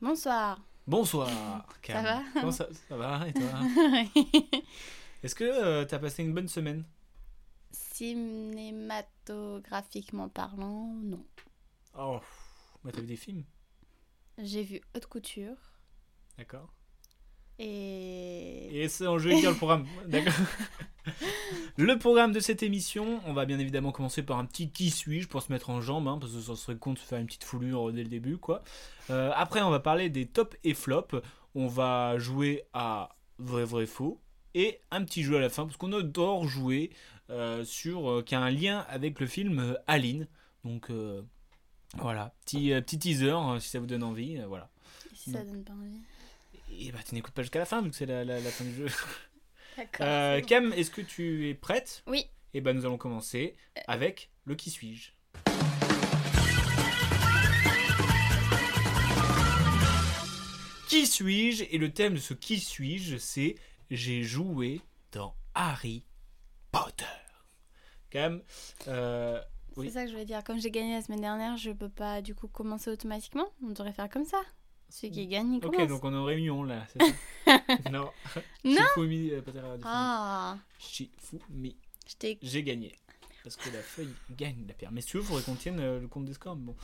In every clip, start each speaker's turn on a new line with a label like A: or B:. A: Bonsoir.
B: Bonsoir.
A: Ça va
B: Comment ça, ça va et toi Est-ce que euh, t'as passé une bonne semaine
A: Cinématographiquement parlant, non.
B: Oh, bah t'as vu des films
A: J'ai vu Haute Couture
B: D'accord.
A: et...
B: Et c'est en jeu dire le programme. D'accord. Le programme de cette émission, on va bien évidemment commencer par un petit qui suis-je pour se mettre en jambe, hein, parce que ça serait con de se faire une petite foulure dès le début. quoi. Euh, après, on va parler des tops et flops. On va jouer à vrai, vrai, faux. Et un petit jeu à la fin, parce qu'on adore jouer euh, sur euh, qui a un lien avec le film euh, Aline. Donc euh, voilà, petit, euh, petit teaser euh, si ça vous donne envie. euh, voilà.
A: Si ça donne pas envie.
B: Et bah, tu n'écoutes pas jusqu'à la fin, vu que c'est la, la- la fin du jeu.
A: D'accord.
B: Euh, Cam, est-ce que tu es prête
A: Oui.
B: Et ben nous allons commencer
A: Euh.
B: avec le qui suis-je. Qui suis-je Et le thème de ce qui suis-je, c'est j'ai joué dans Harry Potter. Cam, euh, oui.
A: C'est ça que je voulais dire. Comme j'ai gagné la semaine dernière, je peux pas du coup commencer automatiquement. On devrait faire comme ça. Celui qui gagne, il commence.
B: ok, donc on est en réunion là, c'est ça Non.
A: Non.
B: Shifumi, euh, pas très rare de
A: Ah,
B: finir. Shifumi.
A: je t'ai.
B: j'ai gagné. Parce que la feuille gagne la pierre. Mais si tu veux, il faudrait qu'on tienne euh, le compte des scores. mais Bon.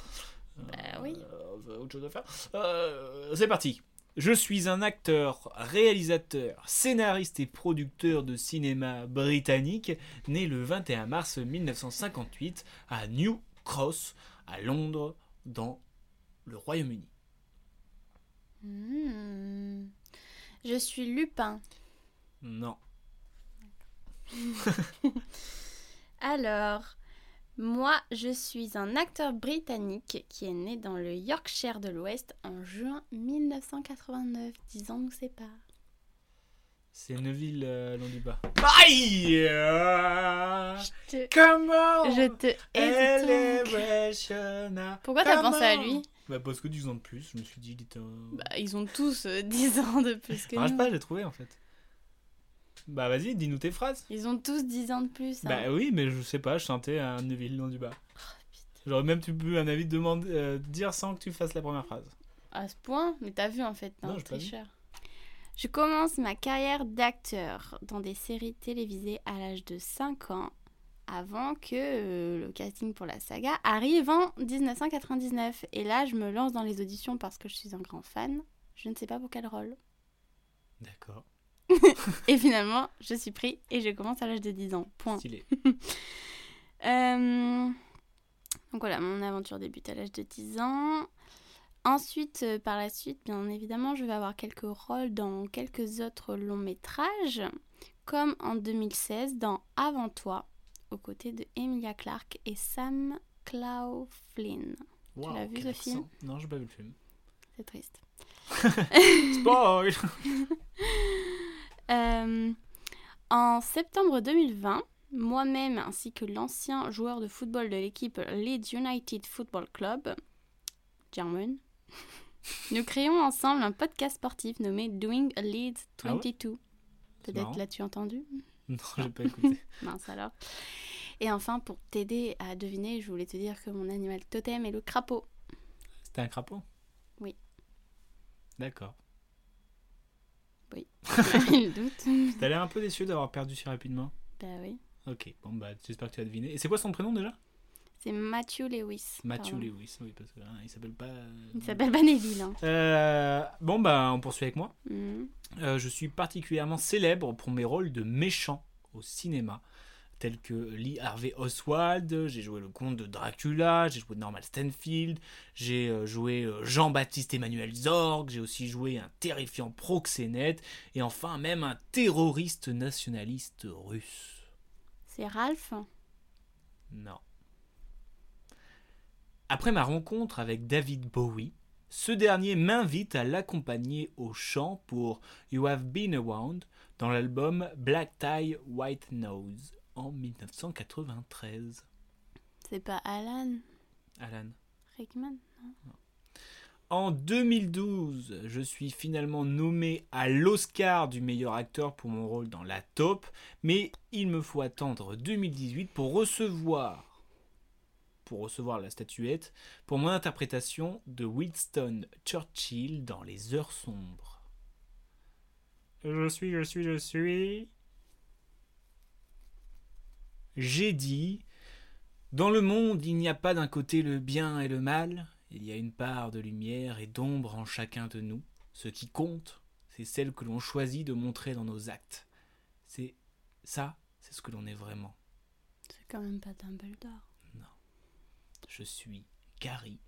A: Bah oui.
B: Euh, on a autre chose à faire. Euh, c'est parti. Je suis un acteur, réalisateur, scénariste et producteur de cinéma britannique, né le 21 mars 1958 à New Cross, à Londres, dans le Royaume-Uni.
A: Hmm. Je suis Lupin.
B: Non.
A: Alors, moi, je suis un acteur britannique qui est né dans le Yorkshire de l'Ouest en juin 1989. 10 ans nous séparent.
B: C'est Neuville euh, Londuba. Aïe euh,
A: Je te,
B: Comment
A: je te hais du temps.
B: Elevationa.
A: Pourquoi t'as
B: Comment
A: pensé à lui
B: Bah parce que 10 ans de plus, je me suis dit il était un...
A: Bah, ils ont tous euh, 10 ans de plus que
B: Arrache
A: nous.
B: pas, j'ai trouvé en fait. Bah vas-y, dis-nous tes phrases.
A: Ils ont tous 10 ans de plus. hein.
B: Bah oui, mais je sais pas, je chantais un Neville dans du bas.
A: Oh,
B: J'aurais même pu un avis de demander, euh, dire sans que tu fasses la première phrase.
A: À ce point, mais t'as vu en fait, t'es
B: Non,
A: un
B: j'ai pas vu.
A: tricheur. Je commence ma carrière d'acteur dans des séries télévisées à l'âge de 5 ans, avant que euh, le casting pour la saga arrive en 1999. Et là, je me lance dans les auditions parce que je suis un grand fan. Je ne sais pas pour quel rôle.
B: D'accord.
A: Et finalement, je suis pris et je commence à l'âge de 10 ans. Point.
B: Stylé.
A: Euh, Donc voilà, mon aventure débute à l'âge de 10 ans. Ensuite, euh, par la suite, bien évidemment, je vais avoir quelques rôles dans quelques autres longs métrages, comme en 2016 dans Avant toi, aux côtés de Emilia Clarke et Sam Claflin.
B: Waouh,
A: l'as vu,
B: quel
A: le
B: accent.
A: film
B: Non, j'ai pas vu le film.
A: C'est triste.
B: Spoil
A: Euh, en septembre 2020, moi-même ainsi que l'ancien joueur de football de l'équipe Leeds United Football Club, German, nous créons ensemble un podcast sportif nommé Doing a Leeds
B: Ah ouais
A: 22.
B: marrant.
A: Peut-être l'as-tu entendu
B: Non, j'ai pas écouté.
A: Mince alors. Et enfin, pour t'aider à deviner, je voulais te dire que mon animal totem est le crapaud.
B: C'était un crapaud
A: Oui.
B: D'accord.
A: Il doute.
B: T'as l'air un peu déçu d'avoir perdu si rapidement.
A: bah oui.
B: Ok, bon bah j'espère que tu as deviné. Et c'est quoi son prénom déjà
A: C'est Matthew Lewis.
B: Mathieu
A: pardon.
B: Lewis, oui, parce que hein, il s'appelle pas. euh,
A: Il s'appelle Banéville. Hein.
B: Euh, bon, bah, on poursuit avec moi.
A: Mhm.
B: Euh, je suis particulièrement célèbre pour mes rôles de méchants au cinéma, tels que Lee Harvey Oswald, j'ai joué le comte de Dracula, j'ai joué Norman Stanfield, j'ai euh, joué euh, Jean-Baptiste Emmanuel Zorg, j'ai aussi joué un terrifiant proxénète, et enfin même un terroriste nationaliste russe.
A: C'est Ralph.
B: Non. Après ma rencontre avec David Bowie, Ce dernier m'invite à l'accompagner au chant pour You Have Been Around dans l'album Black Tie White Nose en 1993.
A: C'est pas Alan
B: Alan.
A: Rickman
B: En 2012, je suis finalement nommé à l'Oscar du meilleur acteur pour mon rôle dans La Taupe, mais il me faut attendre 2018 pour recevoir pour recevoir la statuette pour mon interprétation de Winston Churchill dans Les Heures Sombres. Je suis, je suis, je suis. J'ai dit dans le monde, il n'y a pas d'un côté le bien et le mal, il y a une part de lumière et d'ombre en chacun de nous. Ce qui compte, c'est celle que l'on choisit de montrer dans nos actes. C'est ça, c'est ce que l'on est vraiment.
A: C'est quand même pas Dumbledore.
B: Je suis Gary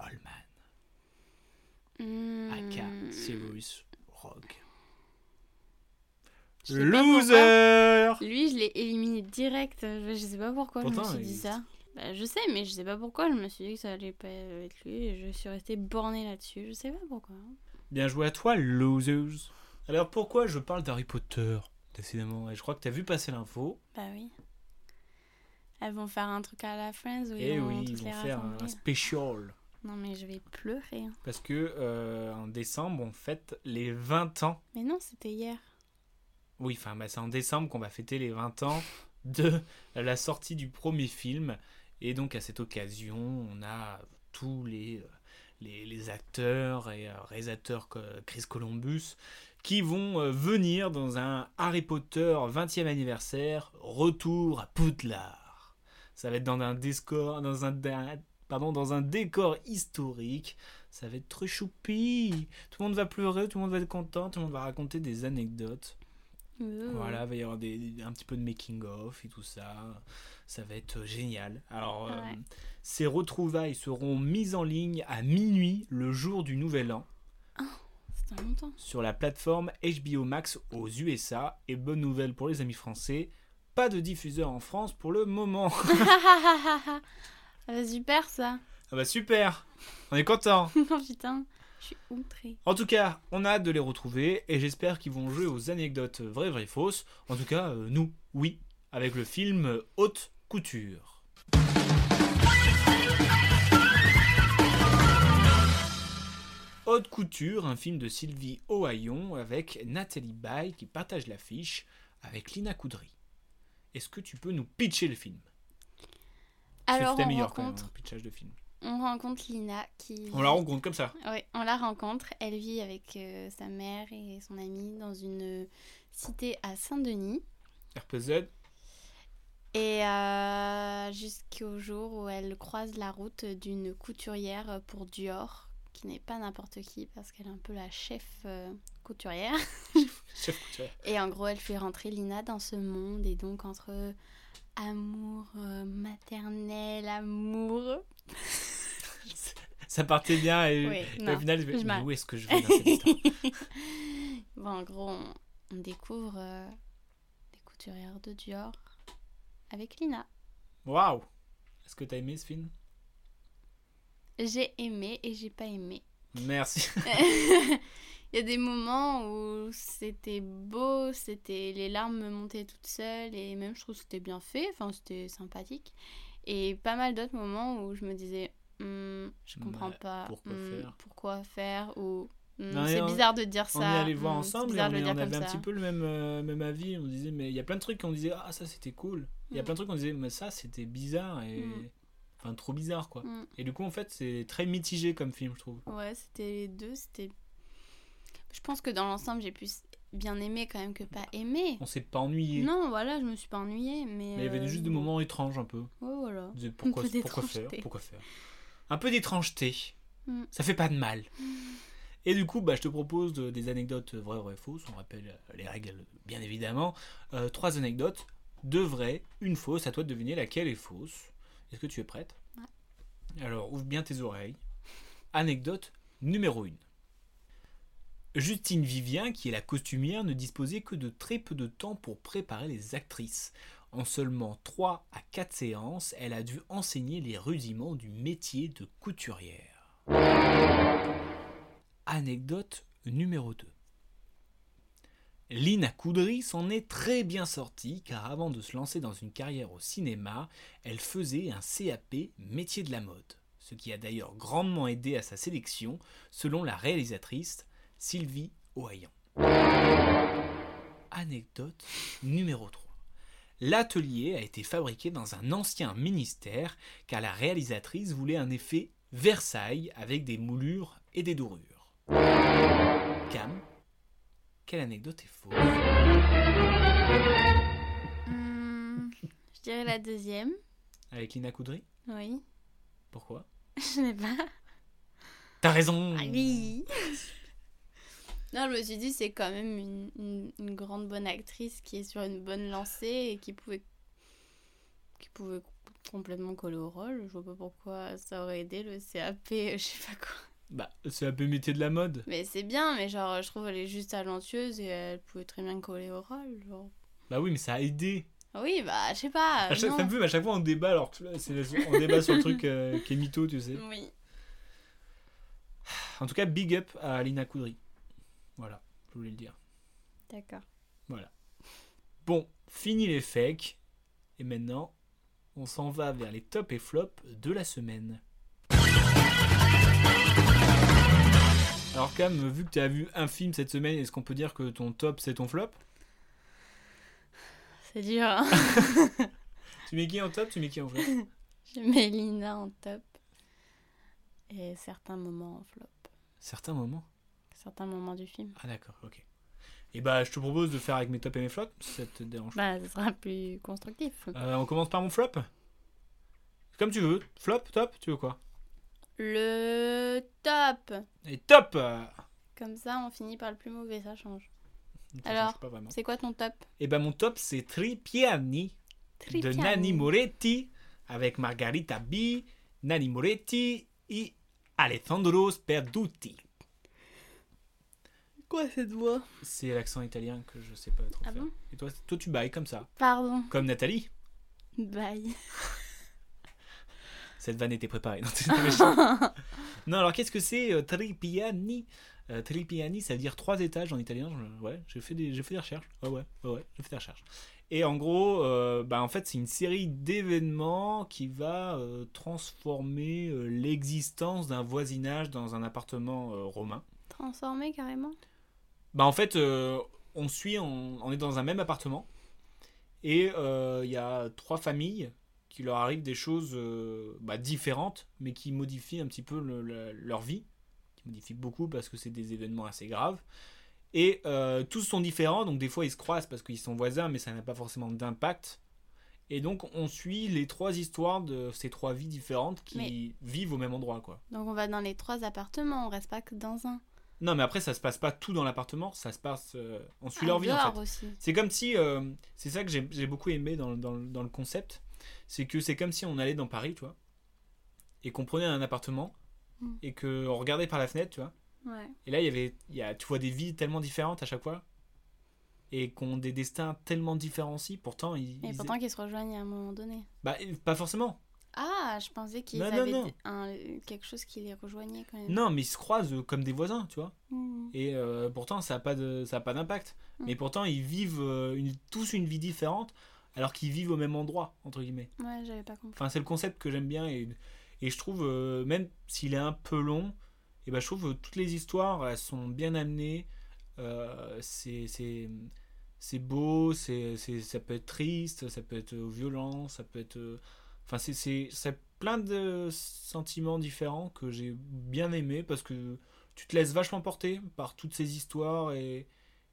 B: Holman,
A: Hmm.
B: aka Sirius Rogue.
A: Je sais pas
B: Loser
A: Lui, je l'ai éliminé direct. Je, je sais pas pourquoi
B: Pourtant,
A: je me suis dit
B: il-
A: ça. Bah, je sais, mais je sais pas pourquoi. Je me suis dit que ça allait pas être lui. Et je suis restée bornée là-dessus. Je sais pas pourquoi.
B: Bien joué à toi, losers. Alors pourquoi je parle d'Harry Potter Décidément, et je crois que t'as vu passer l'info.
A: Bah oui. Elles vont faire un truc à la Friends où
B: Et
A: ils vont
B: Eh oui,
A: toutes
B: ils
A: les
B: vont faire un
A: rassembler.
B: special.
A: Non, mais je vais pleurer. hein.
B: Parce que euh, en décembre, on fête les 20 ans.
A: Mais non, c'était hier.
B: Oui, enfin, bah, c'est en décembre qu'on va fêter les 20 ans de la sortie du premier film. Et donc, à cette occasion, on a tous les, euh, les, les acteurs et euh, réalisateurs que Chris Columbus qui vont euh, venir dans un Harry Potter 20e anniversaire, retour à Poudlard. Ça va être dans un décor, dans un, da- pardon, dans un décor historique. Ça va être très choupi. Tout le monde va pleurer, tout le monde va être content, tout le monde va raconter des anecdotes.
A: Ouh.
B: Voilà, il va y avoir des, des- un petit peu de making-of et tout ça. Ça va être euh, génial. Alors, euh,
A: Ouais.
B: ces retrouvailles seront mises en ligne à minuit le jour du Nouvel An
A: C'était longtemps.
B: sur la plateforme HBO Max aux USA. Et bonne nouvelle pour les amis français, pas de diffuseur en France pour le moment.
A: Ah, bah, super ça.
B: ah bah super, on est content.
A: non, putain. Je suis outrée.
B: En tout cas, on a hâte de les retrouver et j'espère qu'ils vont jouer aux anecdotes vraies, vraies, fausses. En tout cas, euh, nous, oui, avec le film euh, Haute Couture. Haute Couture, un film de Sylvie Ohayon avec Nathalie Baye qui partage l'affiche avec Lina Coudry. Est-ce que tu peux nous pitcher le film Parce que
A: Alors,
B: c'était
A: on
B: meilleur quand même,
A: rencontre,
B: hein, pitchage de film.
A: on rencontre Lina qui.
B: On la rencontre comme ça.
A: Ouais, on la rencontre. Elle vit avec euh, sa mère et son amie dans une euh, cité à Saint-Denis.
B: RPZ,
A: Et euh, jusqu'au jour où elle croise la route d'une couturière pour Dior, qui n'est pas n'importe qui parce qu'elle est un peu la chef euh, couturière.
B: chef couture.
A: Et en gros, elle fait rentrer Lina dans ce monde. Et donc, entre euh, amour euh, maternel, amour.
B: Ça partait bien et,
A: Oui,
B: et
A: non,
B: au final, je me-
A: je
B: mais
A: m'arrête.
B: où est-ce que je vais dans cette histoire
A: bon, en gros, on, on découvre euh, les couturières de Dior avec Lina.
B: Waouh Est-ce que t'as aimé ce film
A: J'ai aimé et j'ai pas aimé.
B: Merci.
A: Il y a des moments où c'était beau, c'était les larmes me montaient toutes seules et même je trouve que c'était bien fait, enfin c'était sympathique. Et pas mal d'autres moments où je me disais, Hum, je comprends
B: Ouais, Bah,
A: pas
B: pourquoi
A: hum,
B: faire
A: pourquoi faire ou hum,
B: Non, et
A: c'est
B: on-
A: bizarre de dire ça.
B: on est allé voir
A: hum, c'est
B: ensemble et on,
A: bizarre de le
B: est- on
A: dire
B: avait
A: comme
B: un
A: ça.
B: petit peu le même, euh, même avis. On disait, mais il y a plein de trucs qu'on disait, ah ça c'était cool. Il y a
A: Mm.
B: plein de trucs qu'on disait, mais ça c'était bizarre et.
A: Mm.
B: Enfin, trop bizarre quoi.
A: Hum.
B: Et du coup, en fait, c'est très mitigé comme film, je trouve.
A: Ouais, c'était les deux. C'était. Je pense que dans l'ensemble, j'ai plus bien aimé quand même que pas aimé.
B: On s'est pas ennuyé.
A: Non, voilà, je me suis pas ennuyée,
B: Mais
A: mais.
B: il y avait
A: euh,
B: juste des moments étranges un peu.
A: Ouais, voilà.
B: On disait, pourquoi,
A: peu
B: pourquoi faire
A: d'étrangeté.
B: Pourquoi faire Un peu d'étrangeté.
A: Mm.
B: Ça fait pas de mal. Et du coup, bah, je te propose de- des anecdotes vraies, vraies, fausses. On rappelle euh, les règles, bien évidemment. Euh, trois anecdotes, deux vraies, une fausse. À toi de deviner laquelle est fausse. Est-ce que tu es prête Alors, ouvre bien tes oreilles. Anecdote numéro 1. Justine Vivien, qui est la costumière, ne disposait que de très peu de temps pour préparer les actrices. En seulement 3 à 4 séances, elle a dû enseigner les rudiments du métier de couturière. Anecdote numéro 2. Lina Coudry s'en est très bien sortie car avant de se lancer dans une carrière au cinéma, elle faisait un CAP métier de la mode, ce qui a d'ailleurs grandement aidé à sa sélection selon la réalisatrice Sylvie Ohayan. Anecdote numéro 3. L'atelier a été fabriqué dans un ancien ministère car la réalisatrice voulait un effet Versailles avec des moulures et des dorures. Cam, quelle anecdote est fausse
A: Hmm, je dirais la deuxième.
B: Avec Lina Coudry
A: Oui.
B: Pourquoi
A: Je n'ai pas.
B: T'as raison
A: Ah oui Non, je me suis dit, c'est quand même une, une- une grande bonne actrice qui est sur une bonne lancée et qui pouvait, qui pouvait complètement coller au rôle. Je vois pas pourquoi ça aurait aidé le CAP, euh, je sais pas quoi.
B: Bah, c'est un peu métier de la mode.
A: Mais c'est bien, mais genre, je trouve elle est juste talentueuse et elle pouvait très bien coller au rôle. Genre.
B: Bah oui, mais ça a aidé.
A: Oui, bah, je sais pas.
B: À chaque-
A: non.
B: ça me fait, mais à chaque fois on débat, alors que là, c'est la- on débat sur le truc euh, qui est mytho, tu sais.
A: Oui.
B: En tout cas, big up à Lina Coudry. Voilà, je voulais le dire.
A: D'accord.
B: Bon, fini les fakes. Et maintenant, on s'en va vers les tops et flops de la semaine. Alors Cam, vu que tu as vu un film cette semaine, est-ce qu'on peut dire que ton top c'est ton flop
A: C'est dur, hein.
B: Tu mets qui en top, tu mets qui en flop
A: Je mets Lina en top et certains moments en flop.
B: Certains moments.
A: Certains moments du film.
B: Ah d'accord, ok. Et bah je te propose de faire avec mes tops et mes flops, si ça te dérange. pas.
A: Bah, ce sera plus constructif.
B: Euh, on commence par mon flop Comme tu veux. Flop, top, tu veux quoi
A: Le top
B: Et top euh,
A: Comme ça, on finit par le plus mauvais, ça change.
B: ça
A: Alors,
B: change pas vraiment.
A: C'est quoi ton top
B: Et ben mon top c'est Tripiani. de
A: Tripiani.
B: Nanni Moretti avec Margarita B, Nanni Moretti et Alessandro Sperduti.
A: Quoi cette voix
B: C'est l'accent italien que je sais pas trop
A: Ah
B: faire.
A: bon
B: et toi, toi, tu bailles comme ça,
A: Pardon.
B: comme Nathalie.
A: Bye.
B: Cette vanne était préparée. Non, t'es- t'es méchant. Non, alors qu'est-ce que c'est euh, Tripiani Euh, Tripiani, ça veut dire trois étages en italien. Je- ouais, j'ai fait des, j'ai fait des recherches. Ouais, ouais, ouais, ouais, j'ai fait des recherches. Et en gros, euh, bah, en fait, c'est une série d'événements qui va euh, transformer euh, l'existence d'un voisinage dans un appartement euh, romain.
A: Transformé carrément
B: Bah en fait, euh, on suit, on, on est dans un même appartement et euh, il y a trois familles qui leur arrivent des choses euh, bah, différentes, mais qui modifient un petit peu le- le- leur vie, qui modifient beaucoup parce que c'est des événements assez graves. Et euh, tous sont différents, donc des fois ils se croisent parce qu'ils sont voisins, mais ça n'a pas forcément d'impact. Et donc on suit les trois histoires de ces trois vies différentes qui
A: Mais-
B: vivent au même endroit, quoi.
A: Donc on va dans les trois appartements, on reste pas que dans un.
B: Non, mais après ça se passe pas tout dans l'appartement, ça se passe, euh, on suit
A: Ah,
B: leur vie en fait.
A: dehors aussi.
B: C'est comme si, euh, c'est ça que j'ai j'ai beaucoup aimé dans, le- dans le- dans le concept, c'est que c'est comme si on allait dans Paris, tu vois, et qu'on prenait un appartement,
A: Mm.
B: et qu'on regardait par la fenêtre, tu vois,
A: Ouais.
B: et là, il y avait, il y a, tu vois des vies tellement différentes à chaque fois, et qu'on des destins tellement différenciés, pourtant, ils,
A: Et
B: ils-
A: pourtant qu'ils se rejoignent à un moment donné.
B: bah, pas forcément,
A: Ah, je pensais qu'ils
B: Non, non,
A: avaient
B: non.
A: d- un- quelque chose qui les rejoignait quand même.
B: non, mais ils se croisent euh, comme des voisins, tu vois,
A: Mhm.
B: et euh, pourtant, ça n'a pas de- ça a pas d'impact,
A: Mm.
B: mais pourtant, ils vivent euh, une- tous une vie différente, alors qu'ils vivent au même endroit, entre guillemets.
A: Ouais, j'avais pas compris.
B: Enfin, c'est le concept que j'aime bien et, et je trouve, euh, même s'il est un peu long, et ben, je trouve que toutes les histoires elles sont bien amenées. Euh, c'est- c'est c'est beau, c'est c'est- ça peut être triste, ça peut être euh, violent, ça peut être. euh, Enfin, c'est- c'est c'est plein de sentiments différents que j'ai bien aimé parce que tu te laisses vachement porter par toutes ces histoires et,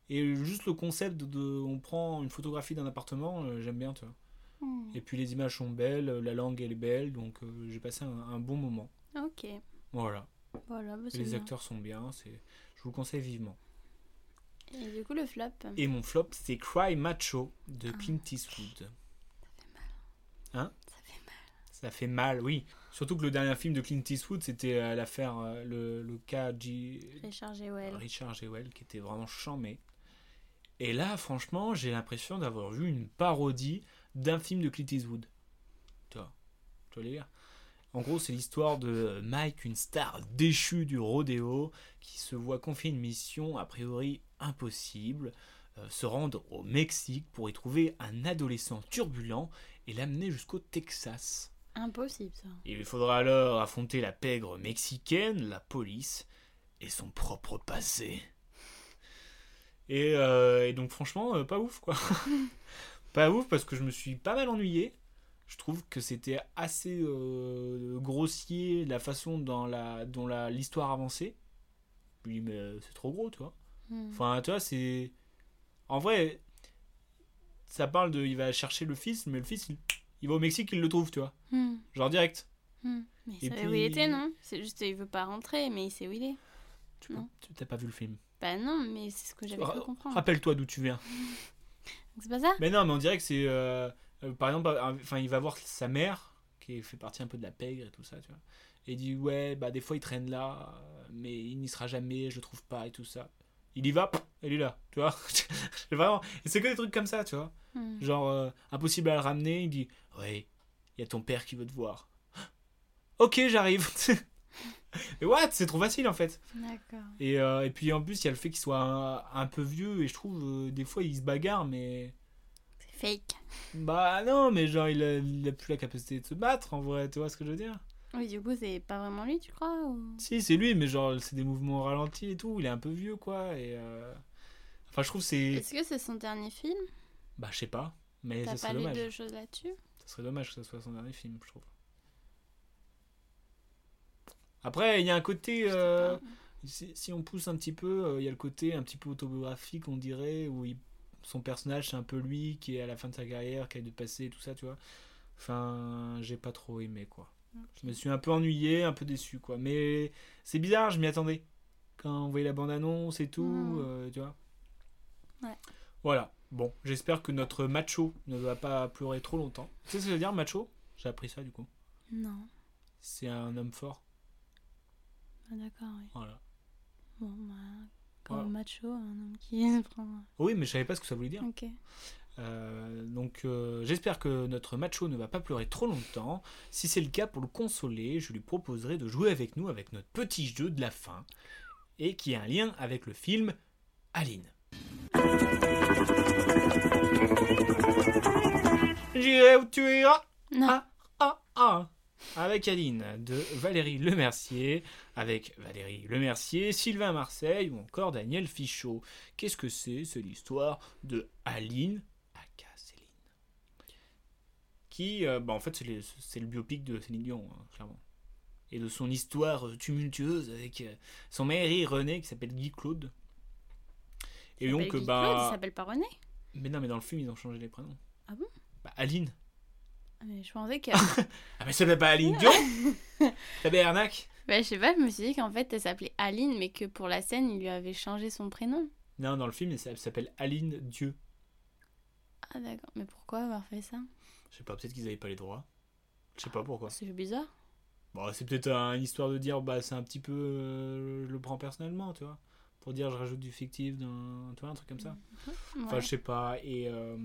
B: et juste le concept de, de- on prend une photographie d'un appartement, euh, j'aime bien, tu vois.
A: Mhm.
B: Et puis les images sont belles, euh, la langue elle est belle, donc euh, j'ai passé un, un bon moment.
A: Ok,
B: Voilà.
A: voilà, bah,
B: Et
A: c'est
B: les
A: bien.
B: acteurs sont bien, c'est, je vous le conseille vivement.
A: Et du coup, le flop.
B: Et mon flop, c'est Cry Macho de Clint Eastwood.
A: Ah.
B: Hein
A: Ça fait mal.
B: Ça fait mal, oui. Surtout que le dernier film de Clint Eastwood, c'était euh, l'affaire, euh, le, le cas G-
A: Richard Jewell.
B: Richard Jewell, qui était vraiment charmé. Et là, franchement, j'ai l'impression d'avoir vu une parodie d'un film de Clint Eastwood. Tu vois, tu vois le délire En gros, c'est l'histoire de Mike, une star déchue du rodéo, qui se voit confier une mission a priori impossible, euh, se rendre au Mexique pour y trouver un adolescent turbulent et l'amener jusqu'au Texas.
A: Impossible ça.
B: Il lui faudra alors affronter la pègre mexicaine, la police et son propre passé. Et, euh, et donc franchement, euh, pas ouf quoi. pas ouf parce que je me suis pas mal ennuyé. Je trouve que c'était assez euh, grossier la façon dont la dont la l'histoire avançait. Oui mais euh, c'est trop gros, tu vois.
A: Hmm.
B: Enfin, tu vois, c'est. En vrai, ça parle de. Il va chercher le fils, mais le fils, il, il va au Mexique, il le trouve, tu vois.
A: Hmm.
B: Genre direct.
A: Hmm. Mais il
B: Et
A: savait où il était,
B: puis-
A: non C'est juste il veut pas rentrer, mais il sait où il est.
B: Tu
A: Non.
B: tu- t'as pas vu le film.
A: Bah non, mais c'est ce que j'avais
B: Ra-
A: cru comprendre.
B: Rappelle-toi d'où tu viens.
A: C'est pas ça
B: Mais non, mais on dirait que c'est. euh, euh, par exemple, un- enfin, il va voir sa mère, qui fait partie un peu de la pègre et tout ça, tu vois. Et il dit, ouais, bah des fois il traîne là, euh, mais il n'y sera jamais, je le trouve pas et tout ça. Il y va, pff, elle est là, tu vois. Vraiment, Et c'est que des trucs comme ça, tu vois.
A: Hmm.
B: Genre, euh, impossible à le ramener, il dit, ouais, il y a ton père qui veut te voir. ok, j'arrive. mais what C'est trop facile en fait.
A: D'accord.
B: Et, euh, et puis en plus, il y a le fait qu'il soit un, un peu vieux, et je trouve, euh, des fois, il se bagarre, mais.
A: C'est fake.
B: Bah non, mais genre, il a, il a plus la capacité de se battre en vrai, tu vois ce que je veux dire
A: Oui, du coup, c'est pas vraiment lui, tu crois ou...
B: Si, c'est lui, mais genre, c'est des mouvements ralentis et tout, il est un peu vieux, quoi, et. euh, Enfin, je trouve que c'est.
A: Est-ce que c'est son dernier film
B: Bah, je sais pas, mais
A: T'as
B: ça serait
A: pas lu
B: dommage.
A: de choses là-dessus
B: Ça serait dommage que ce soit son dernier film, je trouve. Après, il y a un côté. euh, si, si on pousse un petit peu, euh, il y a le côté un petit peu autobiographique, on dirait, où il- son personnage, c'est un peu lui qui est à la fin de sa carrière, qui a de passer, tout ça, tu vois. Enfin, j'ai pas trop aimé, quoi. Je me suis un peu ennuyé, un peu déçu, quoi. Mais c'est bizarre, je m'y attendais. Quand on voyait la bande-annonce et tout,
A: Mhm.
B: euh, tu vois.
A: Ouais.
B: Voilà. Bon, j'espère que notre macho ne va pas pleurer trop longtemps. Tu sais ce que je veux dire, macho J'ai appris ça, du coup.
A: Non.
B: C'est un homme fort.
A: Ah, D'accord, oui.
B: Voilà.
A: Bon, bah, comme
B: Voilà.
A: macho, un homme qui se prend.
B: Oui, mais je savais pas ce que ça voulait dire.
A: Ok.
B: Euh, donc euh, j'espère que notre macho ne va pas pleurer trop longtemps. Si c'est le cas, pour le consoler, je lui proposerai de jouer avec nous avec notre petit jeu de la fin et qui a un lien avec le film Aline. J'irai où tu iras.
A: Non.
B: Ah, ah, ah. Avec Aline de Valérie Lemercier, avec Valérie Lemercier, Sylvain Marseille ou encore Daniel Fichot. Qu'est-ce que c'est C'est l'histoire de Aline, aka Céline. Qui, euh, bah, en fait, c'est les- c'est le biopic de Céline Dion, hein, clairement. Et de son histoire euh, tumultueuse avec euh, son mari René qui s'appelle Guy Claude. Et
A: Il
B: donc,
A: s'appelle Guy
B: bah.
A: Claude, il s'appelle pas René
B: Mais non, mais dans le film, ils ont changé les prénoms.
A: Ah bon
B: Bah, Aline.
A: Ah, Mais je pensais que.
B: Ah, mais ça s'appelle pas Aline Dion Tabernacle
A: bah, je sais pas, je me suis dit qu'en fait, elle s'appelait Aline, mais que pour la scène, il lui avait changé son prénom.
B: Non, dans le film, ça s'appelle Aline Dieu.
A: Ah, d'accord. Mais pourquoi avoir fait ça
B: Je sais pas, peut-être qu'ils avaient pas les droits. Je sais pas pourquoi.
A: C'est bizarre.
B: Bon, c'est peut-être un- une histoire de dire, bah, c'est un petit peu. euh, je le prends personnellement, tu vois. Pour dire, je rajoute du fictif, dans, tu vois, un truc comme ça. Enfin,
A: Ouais.
B: je sais pas. Et euh,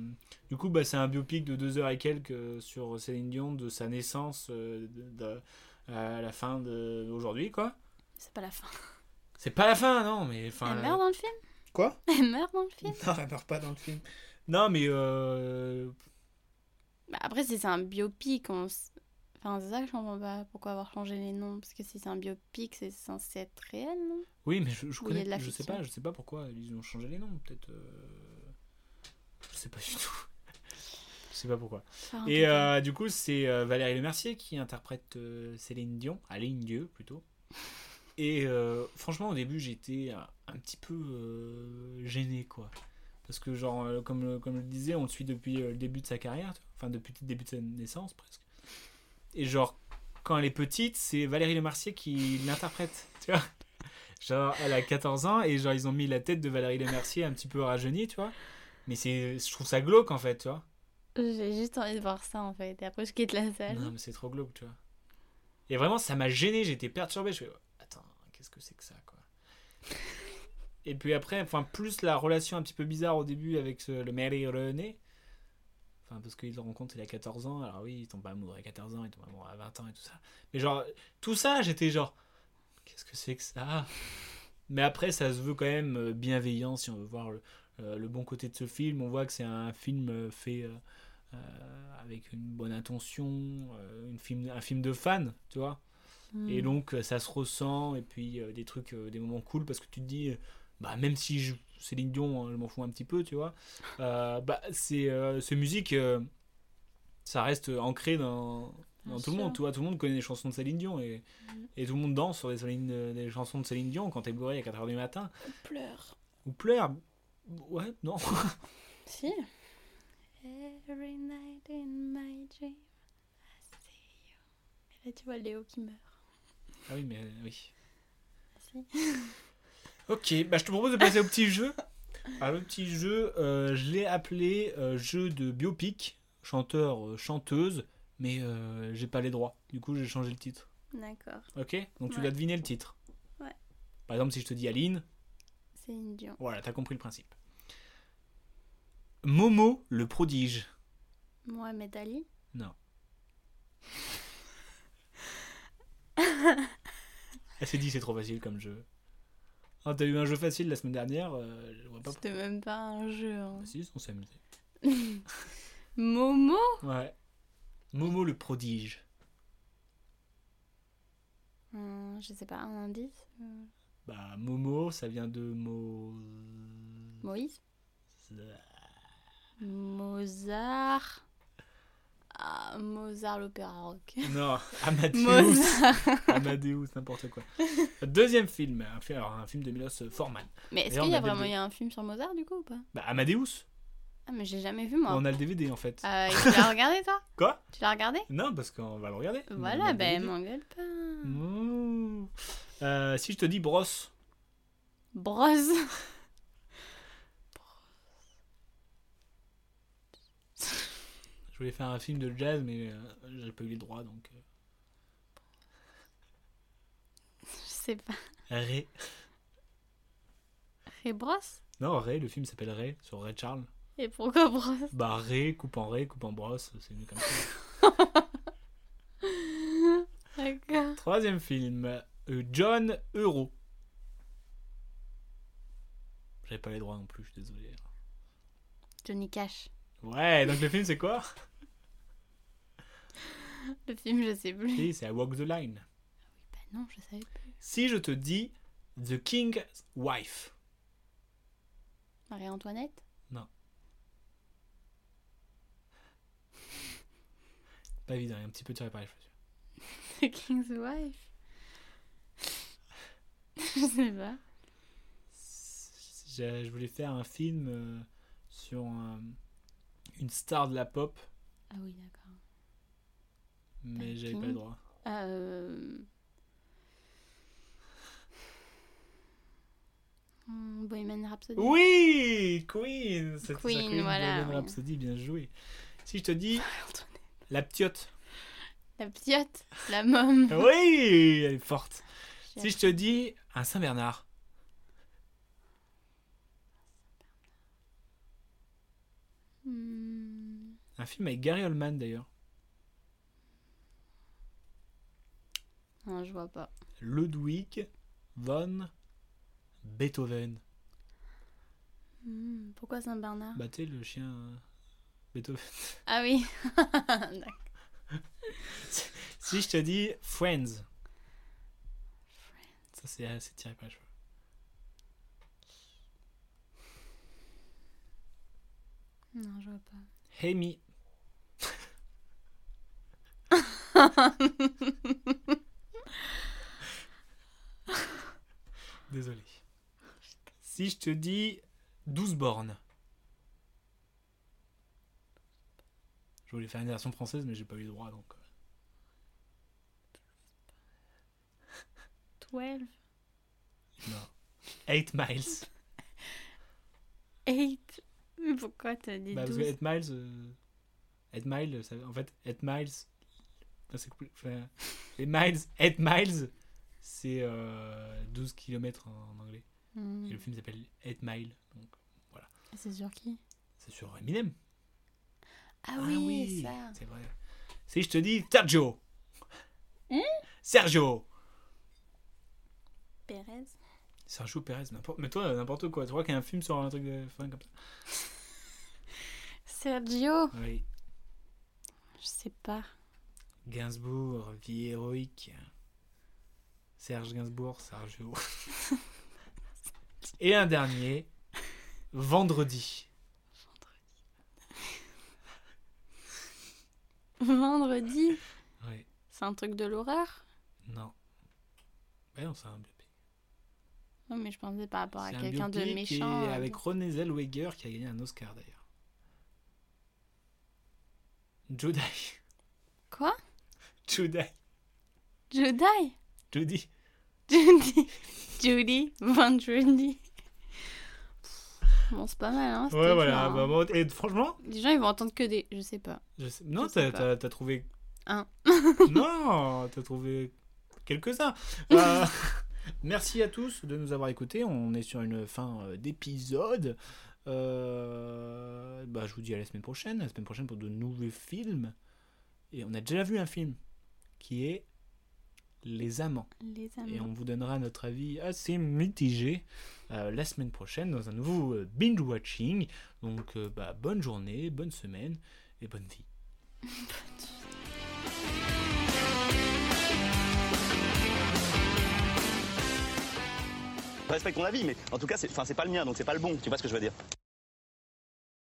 B: du coup, bah, c'est un biopic de deux heures et quelques euh, sur Céline Dion, de sa naissance euh, de- de- à la fin de- d'aujourd'hui, quoi.
A: C'est pas la fin.
B: C'est pas la fin, non, mais enfin. euh,
A: elle
B: la-
A: meurt dans le film
B: Quoi
A: Elle meurt dans le film
B: Non, elle meurt pas dans le film. Non, mais euh, Mm.
A: Bah, après, si c'est un biopic, on... s- enfin, c'est ça que je comprends pas. Pourquoi avoir changé les noms Parce que si c'est un biopic, c'est censé être réel, non
B: oui, mais je, je
A: Oui, il y a
B: connais,
A: de la
B: je sais
A: fiction.
B: pas, je sais pas pourquoi ils ont changé les noms, peut-être. euh, Je sais pas du tout. je sais pas pourquoi.
A: Enfin,
B: Et
A: peut-être.
B: euh, du coup, c'est euh, Valérie Lemercier qui interprète euh, Céline Dion, Aline Dieu plutôt. Et euh, franchement, au début, j'étais un, un petit peu euh, gêné, quoi. Parce que, genre, euh, comme, le- comme je le disais, on le suit depuis euh, le début de sa carrière, tu vois. enfin, depuis le début de sa naissance presque. Et genre, quand elle est petite, c'est Valérie Lemercier qui l'interprète, tu vois. Genre, elle a 14 ans et genre, ils ont mis la tête de Valérie Lemercier un petit peu rajeunie, tu vois. Mais c'est, je trouve ça glauque, en fait, tu vois. euh,
A: J'ai juste envie de voir ça, en fait. Et après, je quitte la salle.
B: Non, mais c'est trop glauque, tu vois. Et vraiment, ça m'a gêné, j'étais perturbé. Je fais, attends, qu'est-ce que c'est que ça, quoi Et puis après, enfin, plus la relation un petit peu bizarre au début avec ce- le Mary René. Enfin, parce qu'il le rencontre, il a 14 ans. Alors oui, il tombe pas amoureux à 14 ans, il tombe amoureux à 20 ans et tout ça. Mais genre, tout ça, j'étais genre, qu'est-ce que c'est que ça Mais après, ça se veut quand même euh, bienveillant si on veut voir le, euh, le bon côté de ce film. On voit que c'est un film euh, fait euh, euh, avec une bonne intention, euh, une film, un film de fan, tu vois. Et
A: Hmm.
B: donc, euh, ça se ressent, et puis euh, des trucs, euh, des moments cool, parce que tu te dis, euh, bah, même si je, Céline Dion, hein, je m'en fous un petit peu, tu vois, euh, bah, c'est, euh, ces musiques, euh, ça reste euh, ancré dans, dans tout
A: Bien
B: le
A: sûr. Mm.
B: monde, tu vois, tout le monde connaît les chansons de Céline Dion, et, et tout le monde danse sur des, Céline- euh, des chansons de Céline Dion quand t'es bourré à 4h du matin,
A: pleure.
B: ou pleure. Ouais, non.
A: Si. Every night in my dream, I see you. Et là, tu vois Léo qui meurt.
B: Ah oui, mais euh, oui.
A: Si.
B: Ok, bah je te propose de passer au petit jeu. Alors, le petit jeu, euh, je l'ai appelé euh, jeu de biopic, chanteur, euh, chanteuse, mais euh, j'ai pas les droits. Du coup, j'ai changé le titre.
A: D'accord.
B: Ok Donc tu
A: Ouais.
B: dois deviner le titre.
A: Ouais.
B: Par exemple, si je te dis Aline,
A: C'est une Dion.
B: voilà, t'as compris le principe. Momo le prodige.
A: Mohamed Ali.
B: Elle s'est dit, Ah, c'est trop facile comme jeu. Ah, t'as eu un jeu facile la semaine dernière, euh, je vois pas
A: C'était même pas un jeu. hein.
B: Bah si, on s'est amusé.
A: Momo
B: Ouais. Momo le prodige.
A: Hum, Je sais pas, un indice euh,
B: Bah, Momo, ça vient de Mo.
A: Moïse Mozart. Ah, Mozart, l'opéra rock.
B: Non, Amadeus.
A: Mozart.
B: Amadeus, n'importe quoi. Deuxième film, un film, alors, un film de Milos Forman.
A: Mais est-ce
B: D'ailleurs,
A: qu'il y
B: on
A: a
B: a des
A: vraiment
B: deux.
A: eu un film sur Mozart du coup ou pas
B: Bah, Amadeus.
A: Ah, mais j'ai jamais vu moi.
B: On a le DVD en fait.
A: Euh, et tu l'as regardé toi
B: Quoi
A: Tu l'as regardé
B: Non, parce qu'on va le regarder. On a
A: Voilà,
B: le
A: ben
B: DVD.
A: m'engueule pas.
B: Mmh. Euh, si je te dis brosse,
A: Brosse.
B: je voulais faire un film de jazz, mais euh, j'ai pas eu les droits donc. euh,
A: Je sais pas.
B: euh, Ray.
A: Et brosse
B: Non, Ray, le film s'appelle Ray, sur Ray Charles.
A: Et pourquoi brosse
B: Bah, Ray, coupe en Ray, coupe en brosse, c'est mieux comme ça.
A: D'accord.
B: Troisième film, euh, John Euro. J'avais pas les droits non plus, je suis désolé.
A: Johnny Cash.
B: Ouais, donc le film c'est quoi
A: Le film, je sais plus.
B: Si, c'est I Walk the Line.
A: Bah non, je savais plus.
B: Si je te dis The King's Wife,
A: Marie-Antoinette
B: pas évident, il est un petit peu tiré par les cheveux.
A: The King's Wife Je sais pas.
B: Je, je voulais faire un film euh, sur un- une star de la pop,
A: Ah oui, d'accord.
B: mais
A: The
B: j'avais pas
A: King.
B: le droit.
A: Euh... hmm, Bohemian Rhapsody
B: Oui, Queen c'était ça,
A: Queen, voilà,
B: Bohemian
A: oui.
B: Rhapsody, bien joué. Si je te dis
A: Marie-Antoinette.
B: La Ptiote.
A: La piote, la môme.
B: Oui, elle est forte.
A: J'aime.
B: Si je te dis un Saint-Bernard,
A: Hmm,
B: un film avec Gary Oldman d'ailleurs,
A: Non, je vois pas.
B: Ludwig von Beethoven.
A: Hmm, Pourquoi Saint-Bernard
B: Bah tu sais, le chien euh, Beethoven.
A: Ah oui. D'accord.
B: Si je te dis Friends, ça c'est euh, c'est tiré par les cheveux.
A: Non, je vois pas.
B: Hey Me. Désolé. Si je te dis 12 bornes. Je voulais faire une version française, mais j'ai pas eu le droit donc. euh,
A: 12,
B: euh, Non. 8 miles.
A: 8. Mais pourquoi t'as dit
B: Bah, parce
A: 12
B: que 8 miles. euh, 8 miles, ça- en fait, 8 miles. Ah, c'est compli- enfin, les miles, 8 miles, c'est euh, 12 km en anglais.
A: Hmm,
B: Et le film s'appelle 8 miles. Donc,
A: C'est sur qui
B: c'est sur Eminem.
A: Ah, oui, ça.
B: c'est vrai. Si je te dis Sergio.
A: Hmm
B: Sergio.
A: Pérez.
B: Sergio Pérez, n'importe. Mais toi, n'importe quoi. Tu crois qu'il y a un film sur un truc de fin comme ça
A: Sergio.
B: Oui.
A: Je sais pas.
B: Gainsbourg, vie héroïque. Serge Gainsbourg, Sergio. Et un dernier, vendredi.
A: Vendredi.
B: Oui.
A: C'est un truc de l'horreur
B: Non. Mais non, c'est un biopic.
A: Non, mais je pensais par rapport à
B: C'est un
A: Bah, quelqu'un de
B: biopic
A: méchant.
B: et
A: euh,
B: avec René Zellweger qui a gagné un Oscar d'ailleurs. Judy.
A: Quoi
B: Judy.
A: Jedi
B: Judy.
A: Ah, Judy. Judy. Vendredi. Bon, c'est pas mal, hein c'était
B: Ouais, voilà.
A: dur,
B: bah,
A: hein.
B: bon, et franchement,
A: Les gens, ils vont entendre que des... Je sais pas.
B: je sais- non,
A: Je sais
B: t'as-
A: pas.
B: t'as t'as trouvé.
A: Un.
B: non, t'as trouvé quelques-uns. Euh, merci à tous de nous avoir écoutés. On est sur une fin euh, d'épisode. Euh, bah, je vous dis à la semaine prochaine. La semaine prochaine pour de nouveaux films. Et on a déjà vu un film qui est Les Amants.
A: Les
B: Et
A: amants.
B: on vous donnera notre avis assez mitigé euh, la semaine prochaine dans un nouveau euh, binge watching. Donc euh, bah, bonne journée, bonne semaine et bonne vie.
C: Je respecte ton avis, mais en tout cas, c'est enfin, c'est pas le mien, donc c'est pas le bon. Tu vois ce que je veux dire